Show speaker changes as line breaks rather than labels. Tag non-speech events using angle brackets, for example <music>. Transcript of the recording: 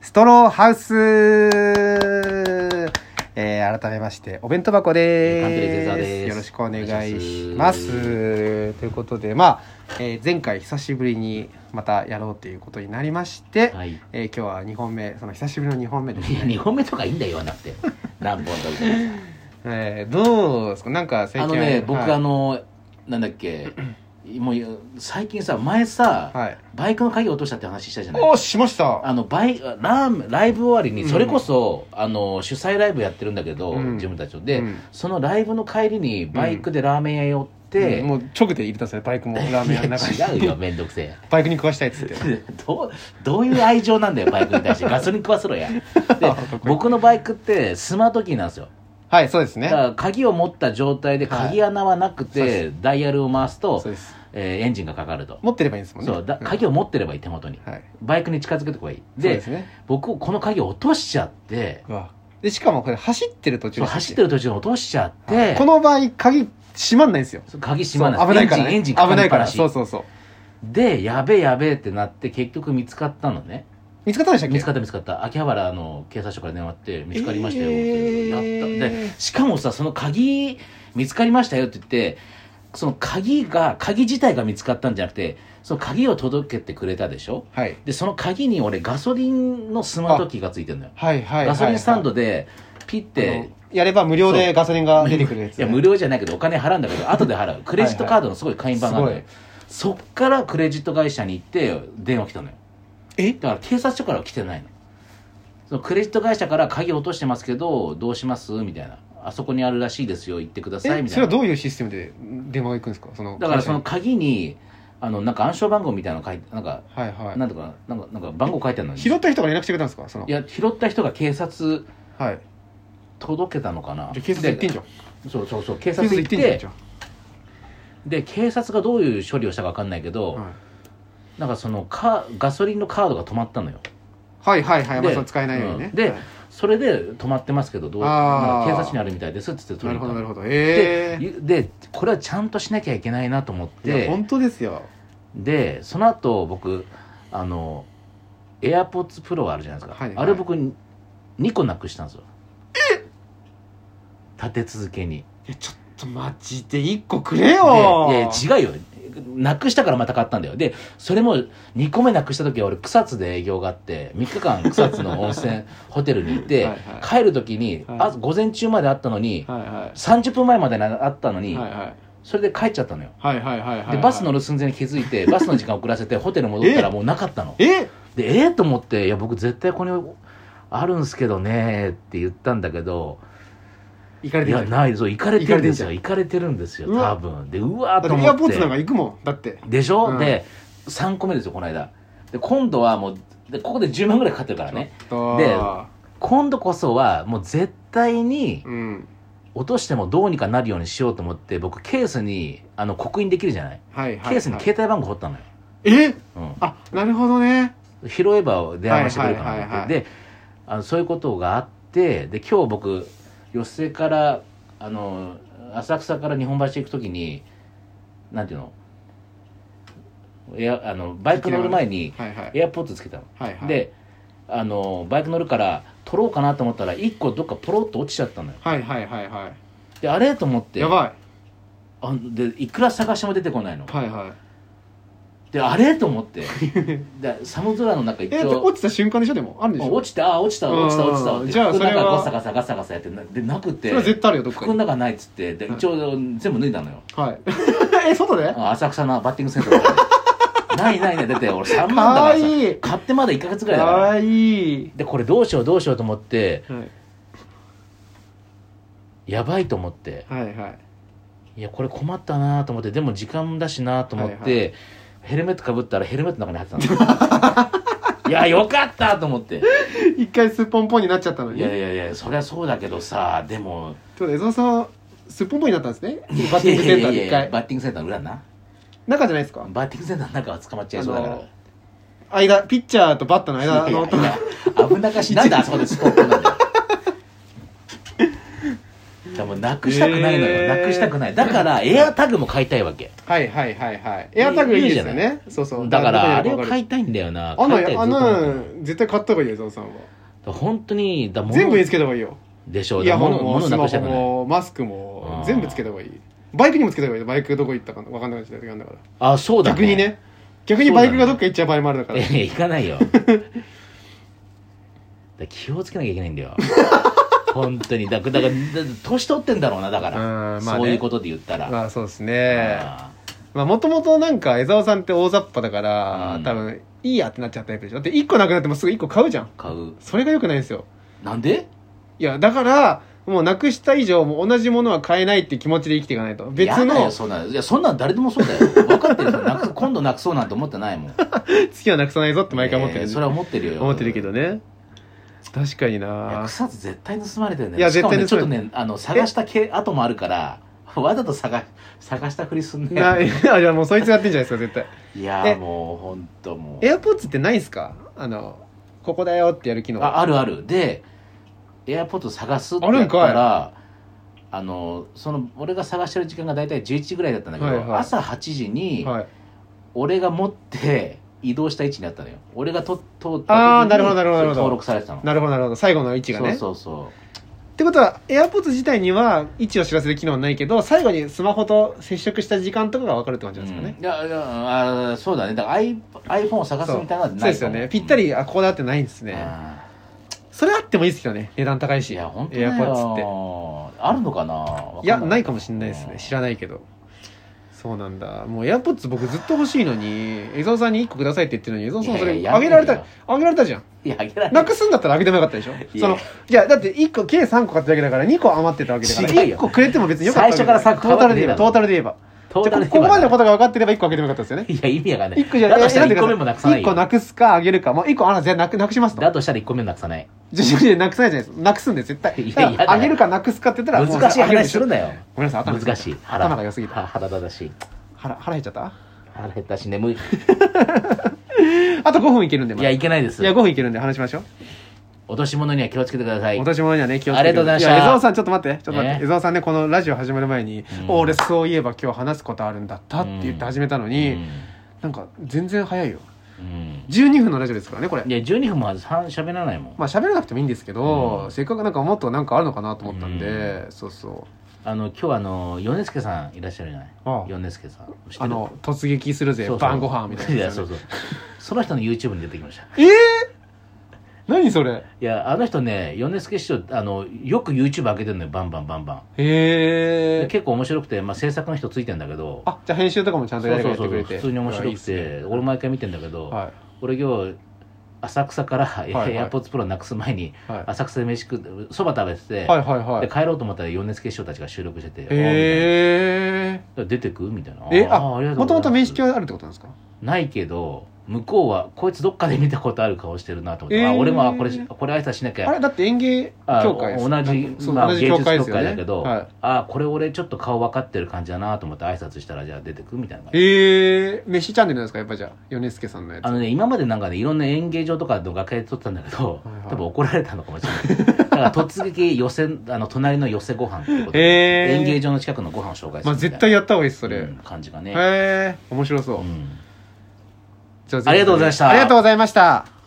ストローハウスえー改めましてお弁当箱
えーカントリー
で
ゼザー
す
です
よろしくお願いし
お願
ま
いします
ということでまあ、えー前回久しぶりにまたやろうということになりまして、
はい。
えー今日は2本目その久しぶりの2本目です
いや、2
ね、
本目とかいいんだよ、言わなく
<laughs>
て。何本とか。
えーどうですかなんか最
あの
近は
ね、僕、
はい
あの、なんだっけ、もう、最近さ、前さ、
はい
バイクの鍵落としたって話したじゃない
おーしました
あのバイラーメンライブ終わりに
うん
それこそ、あの主催ライブやってるんだけど、
うん
自分たちので、
うん
そのライブの帰りにバイクでラーメン屋寄って、
うんもう直で入れたんですねバイクもラーメン屋の中に
いや違う
<laughs>
よめんどくせえ
バイクに食わしたいっつって
どうどういう愛情なんだよバイクに対してガソリン食わせろ
<laughs>
やで僕のバイクってスマートキーなんですよ
はいそうです
だか
ね
ら鍵を持った状態で
はい
鍵穴はなくて、
そうで
ダイヤルを回すと
そう、です
えーエンジンがかかると、
持ってればいいんですもんね
そうだ
ん
鍵を持ってればいい手元に
はい
バイクに近づけてこいい
そう
で
ですね
僕この鍵を落としちゃって
うわでしかもこれ走ってる途中
そう
で
走ってる途中に落としちゃって、
この場合鍵閉まんないんですよ
そう鍵閉ま
そう
ない
危ないからね
エンジンエンジンか
危
か
な
り
い
っぱ
から
ら
そう
し
そうそう
でやべえやべえってなって結局見つかったのね
見つかったんでしたっけ
見つかった見つかった秋葉原の警察署から電話あって見つかりましたよって、
えー
やったでしかもさその鍵見つかりましたよって言ってその鍵が鍵自体が見つかったんじゃなくてその鍵を届けてくれたでしょ
はい
でその鍵に俺ガソリンのスマートキーがついてるのよ、
はいはい
ガソリンスタンド
っ
でピッて
やれば無料でガソリンが出てくるやつ
いや無料じゃないけどお金払うんだけ
<laughs>
ど後で払うクレジットカードのすごい会員版があるのよ
はいは
そっからクレジット会社に行って電話来たのよ
え
だから警察署からは来てないのそのクレジット会社から鍵落としてますけどどうしますみたいなあそこにあるらしいですよ行ってください
え
みた
そ
い
れ
な
はどういうシステムで電話が行くんですかその
だからその鍵にあのなんか暗証番号みたいなの書いてなんか、
はいは
なんとかなんかなんか番号書いてあるの
い
に
拾った人が連絡してくれたんですかその
いや拾った人が警察
はい
届けたのかな
じゃあ警察行ってんじゃん
でそうそうそう警
警
察行って
じゃん
で警察がどういう処理をしたか分かんないけど、
はい
なんかそのカガソリンのカードが止まったのよ
はいはいはいまあ
で
その使えないようにね
うんで
はい
それで止まってますけどどう
あー
なんか警察署にあるみたいですっつって
な
取
る
りに
ほ
行
ど
っ
なるほど
たで
え
ゆでこれはちゃんとしなきゃいけないなと思っ
えいや
て
本当ですよ
でその後僕あの AirPods Pro あるじゃないですか、
はいはい
あれ僕2個なくしたんですよ立て続けに
いやちょっとマジで1個くれ
でい
よ
や違うよなくしたからまた買ったんだよでそれも2個目なくした時は俺草津で営業があって3日間草津の温泉ホテルに行って
はいは
帰る時に、
はい
あ午前中まであったのに、
はいは
30分前までにあったの
い
に、
はいはい
それで帰っちゃったのよ
はいはいはいはいはい
でバス乗る寸前に気づい
<laughs>
てバスの時間遅らせてホテル戻ったら
え
もうなかったの
え
でええと思って「いや僕絶対これあるんすけどね」って言ったんだけど
行かれ
「い
て
や
る
ないぞ行かれてるんですよ
イ
行かれてるんですよ
うわ
多分」でうわ
だ
ー
って
と
エアポ
思っ
ーツなん
て
か行くもんだって
でしょ、
うん
で3個目ですよこの間で今度はもうでここで10万ぐらいかかってるからね
ちょっと
今度こそはもう絶対に
うん
落としてもどうにかなるようにしようと思って僕ケースにあの刻印できるじゃない
はいはいはい
ケースに携帯番号掘ったのよ、
え
うん
あなるほどね
拾えば電話してくれるかなと
はいはい
思って、
はいはい
であのそういうことがあってで今日僕寄席からあの浅草から日本橋行く時になんていうのいやあのバイク乗る前に
はいはい
エアポッドつけたの、
はいはい
であのバイク乗るから取ろうかなと思ったら1個どっかポロッと落ちちゃったのよ
はいはいはいは
であれと思っ
い
て
やば
あでいくら探しても出てこないの
いはいはい
であれと思って
<laughs>
で寒空の中一
えだって
応
落ちた瞬間でしょでもあるんでしょ
落ちたあ落ちた落ちた
うん
落ちたって
じゃあ
服の
それ
中
は
ガサガサガサガサやってなでなくて
それは絶対あるよどっ
服
か
の
に
中ないっつってで
はい
一応全部脱いだのよ
はい <laughs> え外で
あ浅草のバッティングセンターで <laughs> ないないないだって俺
か
3万だか
わ
らさ
いい
買ってまだ1か月ぐ
から
いだから
わいい
でこれどうしようどうしようと思って
はい
やばいと思って
はいはい
いやこれ困ったなと思ってでも時間だしなと思って、
はい
ヘルメットかぶったらヘルメットの中に入ってたの <laughs> いやよかったと思って
一回すっぽんぽんになっちゃったの
い
に
やいやいやそりゃそうだけどさでも
ってことで江澤さんはすっぽんぽんになったんですねバッティングセンターで一
いやいやいや
回
バッティングセンターの裏な
中じゃないですか
バッティングセンターの中は捕まっちゃいそうだから
間ピッチャーとバッターの
いや
間
いや
の音
い
が
や危なかしなんであそこでスポットなんだよだからもうなくしたくないのよ、
へー
なくしたくないだからエアタグも買いたいわけ
はいはいはいはいエアタグいいですよ
いい
ねそうそう
だからあれを買
い
いたいんだよな
あん
買いたい
なあん
ずっとなの
な
よ
ん絶対買った方がいいよゾウさんは
本当にだ
全部見
物
つけた方がいいよ
でしょう
イ
だ
ヤホン
物
も
物
ス
な
マ
くし
ホ
たくない
もマスク
う
も
ん
全部つけた方がいいバイクにもつけた方がいいバイクどこ行ったか分かんなくなっちゃう時あるんだから
あそうだ、
逆にね逆にバイクがどっか行っちゃう場合もあるだから
ええ行
<laughs>
か <laughs> ないよだから気をつけなきゃいけないんだよ本当にだからだからだ年取ってんだろうなだから、
うんまあね
そういうことで言ったら、
まあそうですね
あ
まあもともとなんか江澤さんって大雑把だから、
うん
多分いいやってなっちゃったタイプでしょだって1個なくなってもすぐ1個買うじゃん
ー買う
それがよくないんですよ
なんで
いやだからもうなくした以上もう同じものは買えないって気持ちで生きていかないと別
嫌だ
の
よそんなんいやそんなん誰でもそうだよ分かってるよなく今度なくそうなんて思ってないもん
次はなくさないぞって毎回思ってる、
えーそれは思ってるよ
思ってるけどね確かに
いや
な
草津絶対盗まれてるね
いや
しかもね
絶対盗
ち
ま
ょっとねあの探したけ跡もあるからわざと探探したふりすんね
ない <laughs> やいやもうそいつやってんじゃないですか絶対
いや
え
ーもう本当もう
エアポッツってないんすかあのここだよってやる機能
ああるあるでエアポッド探すって
ある
や
ん
っ
かい
たらあのその俺が探してる時間が大体11時ぐらいだったんだけど、
はいはい
朝8時に
はい、
俺が持って移動した位置にあったのよ俺がと通った時に
あーなるほどなるほどなるほど
登録されてたの
なるほどなるほど最後の位置がね
そうそう
ってことは AirPods 自体には位置を知らせる機能はないけど最後にスマホと接触した時間とかが分かるって感じ
そう、
なんですかね
う、んいやいやあーそうだねだから i- iPhone を探すみたいなのはない
そうですよねぴったりあここだってないんです
ね
ね、それあってもいいですけどね値段高い
い
し
や本当だ
AirPods って
よあるのかなわかん
いやないかもしれないです
う
ね
ん
知らないけどそうなんだもう AirPods 僕ずっと欲しいのに江蔵さんに1個くださいって言ってるのに江蔵さんそ
いやい
れ
や
あげられ
や
た
んない
あげられたじゃん
いやあげられ
な
な
いくすんだったらあげてもよかったでしょ
や
そのいやだって1個計3個買っただけだから2個余ってたわけだから
違うよ
1個くれても別によかったわけ
最初から
トータルで言えばトー
三
タルで言えば
ト
じゃ
ータ
あ
ル
ここ
で言え
こ
ば
までのことが分かってれば1個あげてもよかったですよね
<laughs> いや意味わかんない
1個じゃ
だとしたら
選んで
1
くだ
個
さ
目もなくさない
1
よ
個なくすかあげるかもう1個あらじゃあなくなくしますと
だとしたら1個目なくさない
じゃあじゃあなくさないじゃないですかなくすんで絶対
いや
だから
やだ
あげるかなくすかって言ったらもう
難しい
あげるで
話
し
す
ょ
るなよ
ごめんなさい頭
難しい腹
頭が良すぎた
は <laughs> 腹立たしい
腹腹減っちゃった
腹減ったし
<laughs>
眠い
あと5分いけるんでま
い
だ
やいけないです
いや5分いけるんで話しましょう
落とし物には気をつけてください
お年物にはね気をつけて
ありがとうございました
や江沢さんちょっと待ってちょっと待って、
ね
江沢さんねこのラジオ始まる前に「
うん
お俺そういえば今日話すことあるんだった」って言って始めたのに、
うん
なんか全然早いよ
うん
12分のラジオですからねこれ
いや12分もしゃべらないもん
まあ喋らなくてもいいんですけど、
うん
せっかくなんかもっとなんかあるのかなと思ったんで、そうそう
あの今日あの米助さんいらっしゃるじゃない
ああ
米助さん知ってる
あの突撃するぜ
そうそう
晩ご飯みたいなや
や
つ
そ
よ
う
ね、
そうその人の YouTube に出てきましたい
ええ何それ
やあの人ね米助師匠あのよく YouTube 開けてるのよバンバンバンバンで
へえ
結構面白くて、まあ、制作の人ついてんだけど
あじゃあ編集とかもちゃんと
そう
誰か
そ
や
う
って
そう
くれて
普通に面白く
いやいい
て
っすね
俺毎回見てんだけど、
は
俺今日浅草からエ
はい
アポッツプロなくす前に
い、はい
浅草で飯食ってそば食べてて、
はいはいはい
で帰ろうと思ったら米助師匠たちが収録してて「おーみ
へえ
たいな出てく?」みたいな
えあ
ーりがとう
もと
ご
も
ざ
と
いま
面
す
識はあるってことなんですか
ないけど向こうはこいつどっかで見たことある顔してるなと思って、
えー
あ俺もあこれこれ挨拶しなき
あ
ゃ
れだって園芸
あ
協会です
同じ
そう
まあ
同じ協会ですよ
芸術協
ね
会だけど
は、
あこれ俺ちょっと顔分かってる感じだなと思って挨拶したらじゃあ出てくみたいない
えー、飯チャンネルなんですかやっぱじゃあ米助さんのやつ
あのね今までなんかねいろんな演芸場とかの楽屋で撮ってたんだけど、
はいはい
多分怒られたのかもしれないだから突撃寄せ <laughs> あの隣の寄せご飯ってことで、
へー
演芸場の近くのご飯を紹介
まあ、
するみたいな、
絶対やった方がいいですそれ、
うん感じがね、
へえ面白そう、
うん
じゃあぜひ
ありがとうございました
ありがとうございました